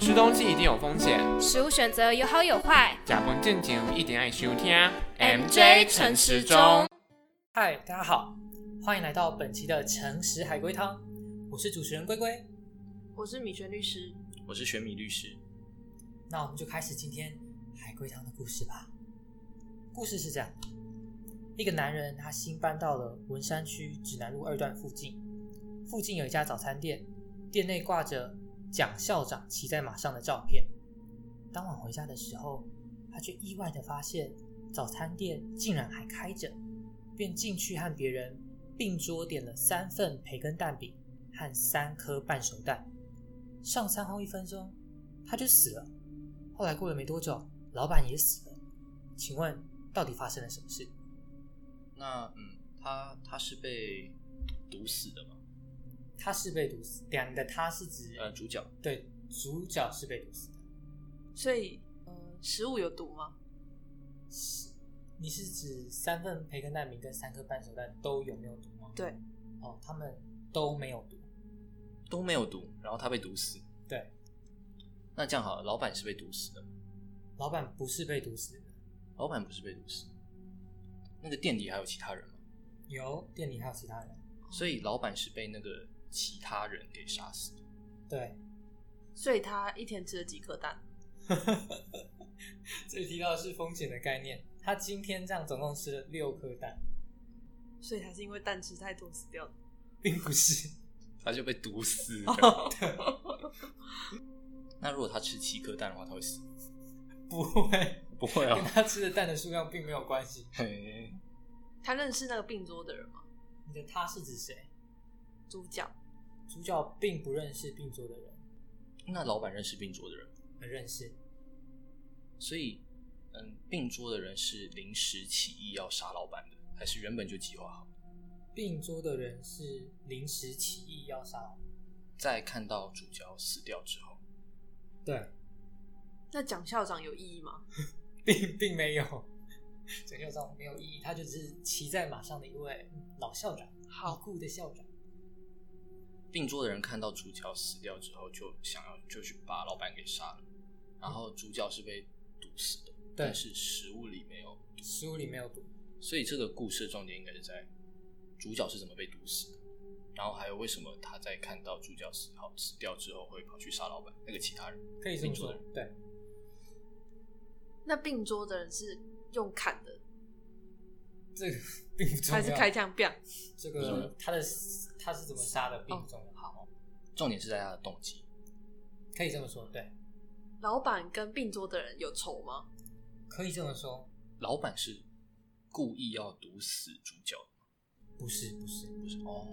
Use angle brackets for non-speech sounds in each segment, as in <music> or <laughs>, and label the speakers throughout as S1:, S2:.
S1: 吃东西一定有风险，
S2: 食物选择有好有坏。
S1: 假扮正经一定爱收听。
S2: MJ 诚实中，
S3: 嗨，大家好，欢迎来到本期的诚实海龟汤，我是主持人龟龟。
S4: 我是米璇律师。
S5: 我是玄米律师。
S3: 那我们就开始今天海龟汤的故事吧。故事是这样：一个男人他新搬到了文山区指南路二段附近，附近有一家早餐店，店内挂着蒋校长骑在马上的照片。当晚回家的时候，他却意外的发现早餐店竟然还开着，便进去和别人并桌点了三份培根蛋饼和三颗半熟蛋。上餐后一分钟，他就死了。后来过了没多久，老板也死了。请问，到底发生了什么事？
S5: 那嗯，他他是被毒死的吗？
S3: 他是被毒死，两个他是指、
S5: 呃，主角
S3: 对主角是被毒死的。
S4: 所以，呃，食物有毒吗？
S3: 是，你是指三份培根蛋饼跟三颗半熟蛋都有没有毒吗？
S4: 对，
S3: 哦，他们都没有毒。
S5: 都没有毒，然后他被毒死。
S3: 对，
S5: 那这样好了，老板是被毒死的吗，
S3: 老板不是被毒死的，
S5: 老板不是被毒死。那个店里还有其他人吗？
S3: 有店里还有其他人。
S5: 所以老板是被那个其他人给杀死的。
S3: 对， <laughs>
S4: 所以他一天吃了几颗蛋？
S3: 这里提到的是风险的概念。他今天这样总共吃了六颗蛋，
S4: 所以他是因为蛋吃太多死掉的。
S3: 并不是。
S5: 他就被毒死 <laughs> 了。那如果他吃七颗蛋的话，他会死？
S3: 不会，
S5: 不会啊
S3: 跟。他吃的蛋的数量并没有关系。
S5: <laughs> 嘿
S4: 他认识那个病桌的人吗？
S3: 你的他是指谁？
S4: 主角
S3: 主角并不认识病桌的人，
S5: 那老板认识病桌的人吗，
S3: 而认识
S5: 所以嗯，病桌的人是临时起意要杀老板的，还是原本就计划好？
S3: 病桌的人是临时起意要杀我。
S5: 在看到主角死掉之后，
S3: 对，
S4: 那蒋校长有意义吗？
S3: 并并没有， <laughs> 整校长没有意义，他就只是骑在马上的一位老校长，已
S4: 好
S3: 故的校长。
S5: 病桌的人看到主角死掉之后，就想要就去把老板给杀了。然后主角是被毒死的，
S3: 对
S5: 但，是食物里没有毒，
S3: 书里没有毒，
S5: 所以这个故事的重点应该是在主角是怎么被毒死的，然后还有为什么他在看到主角死好死掉之后会跑去杀老板那个其他人。
S3: 可以这么
S5: 病桌
S3: 说
S5: 的人。
S3: 对，
S4: 那病桌的人是用砍的，
S3: 这个 <laughs> 并不重
S4: 还
S3: 要。
S4: 是开枪 b
S3: 这
S5: 不重要
S3: 个他的他是怎么杀的并不重
S4: 哦
S3: 要。好，
S5: 重点是在他的动机，
S3: 可以这么说，对，
S4: 老板跟病桌的人有仇吗？
S3: 可以这么说。
S5: 老板是故意要毒死主角的
S3: 不是不是，
S5: 不是哦。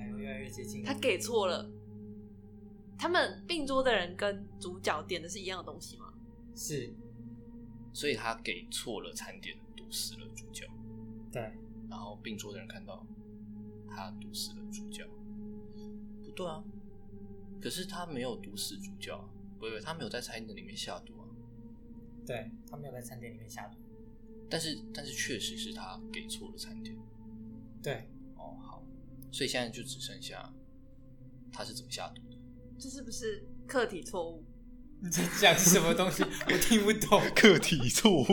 S3: 哎呦，越来越接近了。
S4: 他给错了。他们病桌的人跟主角点的是一样的东西吗？
S3: 是，
S5: 所以他给错了餐点，毒死了主角。
S3: 对，
S5: 然后病桌的人看到他毒死了主角，不对啊，可是他没有毒死主角啊，不对，他没有在餐点里面下毒啊。
S3: 对他没有在餐点里面下毒。
S5: 但是但是确实是他给错了餐点
S3: <laughs> 对，
S5: 哦，好，所以现在就只剩下他是怎么下毒的，
S4: 这是不是客体错误？
S3: 你在讲什么东西？我听不懂。
S5: 个体错误。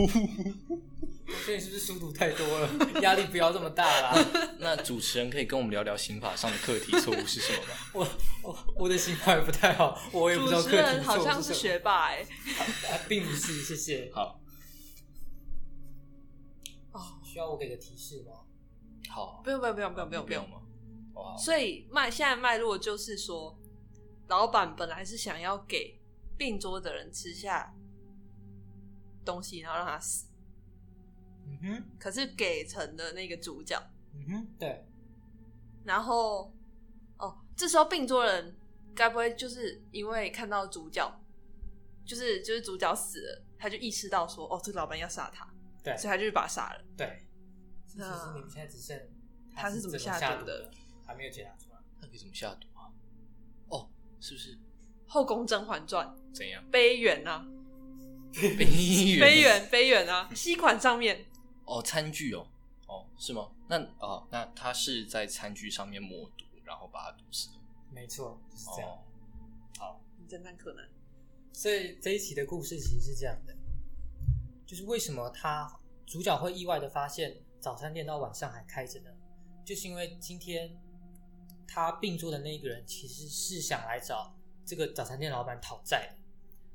S3: 所以是不是书读太多了？压力不要这么大啦。
S5: 那主持人可以跟我们聊聊刑法上的课题错误是什么吗？
S3: 我我哦我的心态不太好，我也不
S4: 主
S3: 知道课
S4: 持人
S3: 题
S4: 好
S3: 错误
S4: 像
S3: 是什
S4: 是
S3: 么
S4: 学霸哎、
S3: 啊，并不是，谢谢。
S5: 好，
S4: 哦，
S3: 需要我给个提示吗？
S5: 好，啊
S4: 不用不用不用不用不用不用。
S5: 吗？哇，
S4: 所以脉现在脉络就是说，老板本来是想要给病桌的人吃下东西，然后让他死，
S3: 嗯哼，
S4: 可是给成了那个主角，
S3: 嗯哼，对，
S4: 然后哦，这时候病桌人该不会就是因为看到主角，就是就是主角死了，他就意识到说，哦，这个老板要杀他，
S3: 对
S4: 所以他就去把他杀了。
S3: 对。其实
S4: 那
S3: 你们现在只剩
S4: 他是怎么
S3: 么
S4: 下
S3: 下
S4: 毒的
S3: 的，还没有解答出来。
S5: 那可以怎么下毒啊？哦，是不是
S4: 后宫《甄嬛传
S5: 怎样？》
S4: <laughs> 悲远啊，
S5: <laughs> 飞
S4: 悲远悲远啊，吸管上面
S5: 哦，餐具哦，哦，是吗？那哦，那他是在餐具上面抹毒，然后把它毒死的。啊
S3: 哦没错，就是这样。
S5: 哦，
S4: 你侦探柯南。
S3: 所以这一期的故事其实是这样的，就是为什么他主角会意外的发现早餐店到晚上还开着呢？就是因为今天他并桌的那一个人其实是想来找这个早餐店老板讨债的，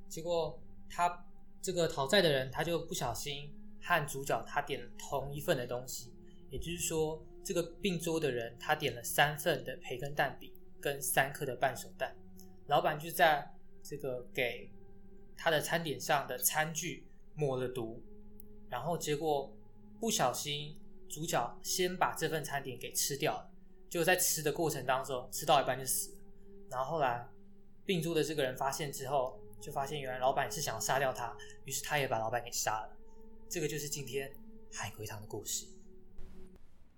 S3: 结果他这个讨债的人他就不小心和主角他点了同一份的东西，也就是说，这个并桌的人他点了三份的培根蛋饼跟三颗的半熟蛋，老板就在这个给他的餐点上的餐具抹了毒，然后结果不小心主角先把这份餐点给吃掉了，就在吃的过程当中吃到一半就死了，然后后来病猪的这个人发现之后，就发现原来老板是想要杀掉他，于是他也把老板给杀了。这个就是今天海龟汤的故事。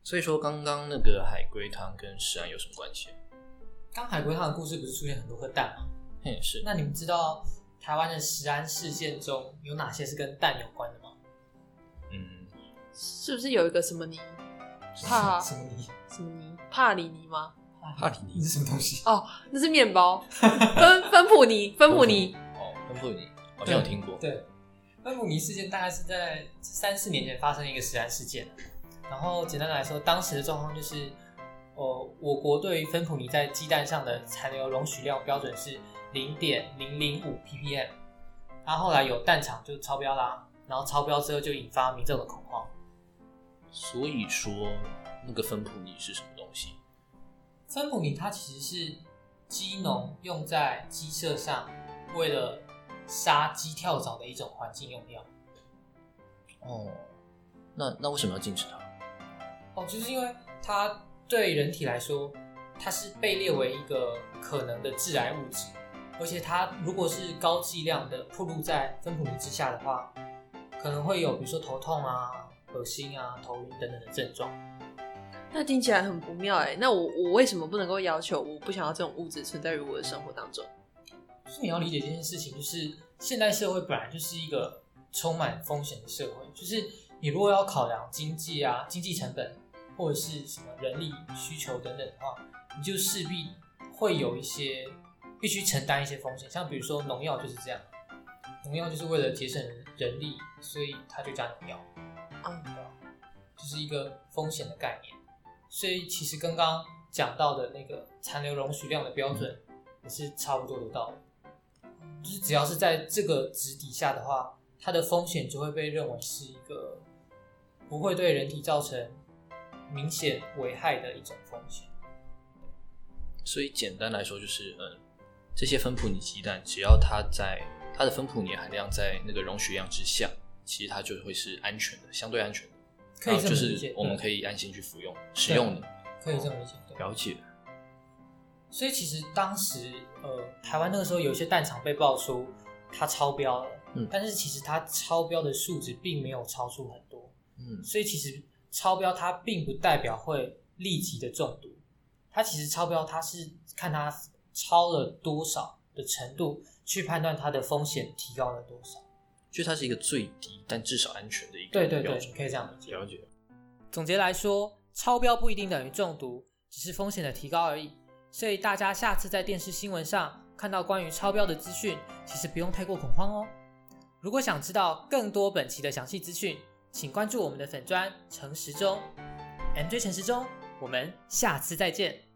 S5: 所以说，刚刚那个海龟汤跟食安有什么关系？
S3: 刚海龟汤的故事不是出现很多颗蛋吗？
S5: 嘿，是
S3: 那你们知道台湾的食安事件中有哪些是跟蛋有关的吗？
S5: 嗯，
S4: 是不是有一个什么泥？怕
S3: 什么泥？
S4: 什么泥？帕里尼吗？
S5: 帕里
S3: 你
S5: 尼
S3: 是什么东西？
S4: 那是面包， <laughs> 芬芬普尼，芬普尼。
S5: 哦，芬普尼好像有听过，
S3: 对，温普尼事件大概是在三四年前发生的一个食安事件。然后简单来说，当时的状况就是，呃，我国对于芬普尼在鸡蛋上的残留容许量标准是零点零零五 ppm，然后后来有蛋厂就超标啦，然后超标之后就引发民众的恐慌。
S5: 所以说那个芬普尼是什么东西？
S3: 芬普林它其实是鸡农用在鸡舍上，为了杀鸡跳蚤的一种环境用药。
S5: 哦，那那为什么要禁止它？
S3: 哦，就是因为它对人体来说，它是被列为一个可能的致癌物质，而且它如果是高剂量的暴露在芬普林之下的话，可能会有比如说头痛啊、恶心啊、头晕等等的症状。
S4: 那听起来很不妙哎、那我我为什么不能够要求我不想要这种物质存在于我的生活当中？
S3: 就是你要理解这件事情，就是现代社会本来就是一个充满风险的社会，就是你如果要考量经济啊、经济成本或者是什么人力需求等等的话，你就势必会有一些必须承担一些风险，像比如说农药就是这样，农药就是为了节省人力，所以它就加农药。
S4: 嗯，
S3: 就是一个风险的概念。所以其实刚刚讲到的那个残留容许量的标准也是差不多的道理，就是只要是在这个值底下的话，它的风险就会被认为是一个不会对人体造成明显危害的一种风险。
S5: 所以简单来说就是，嗯，这些芬普尼鸡蛋只要它在它的芬普尼含量在那个容许量之下，其实它就会是安全的，相对安全的，
S3: 可以
S5: 然
S3: 这么
S5: 后啊就
S3: 理解
S5: 是，我们可
S3: 以
S5: 以安心去服用使用的。
S3: 可以这么理解，对。
S5: 了解，
S3: 所以其实当时呃，台湾那个时候有一些蛋厂被爆出它超标了，
S5: 嗯
S3: 但是其实它超标的数值并没有超出很多，
S5: 嗯，
S3: 所以其实超标它并不代表会立即的中毒，它其实超标它是看它超了多少的程度去判断它的风险提高了多少。
S5: 就它是一个最低但至少安全的一个
S3: 对对
S5: 标
S3: 对，
S5: 准
S3: 你。可以这样理解。
S5: 了解，
S3: 总结来说，超标不一定等于中毒，只是风险的提高而已。所以大家下次在电视新闻上看到关于超标的资讯，其实不用太过恐慌哦。如果想知道更多本期的详细资讯，请关注我们的粉砖陈时中 MJ 陈时中，我们下次再见。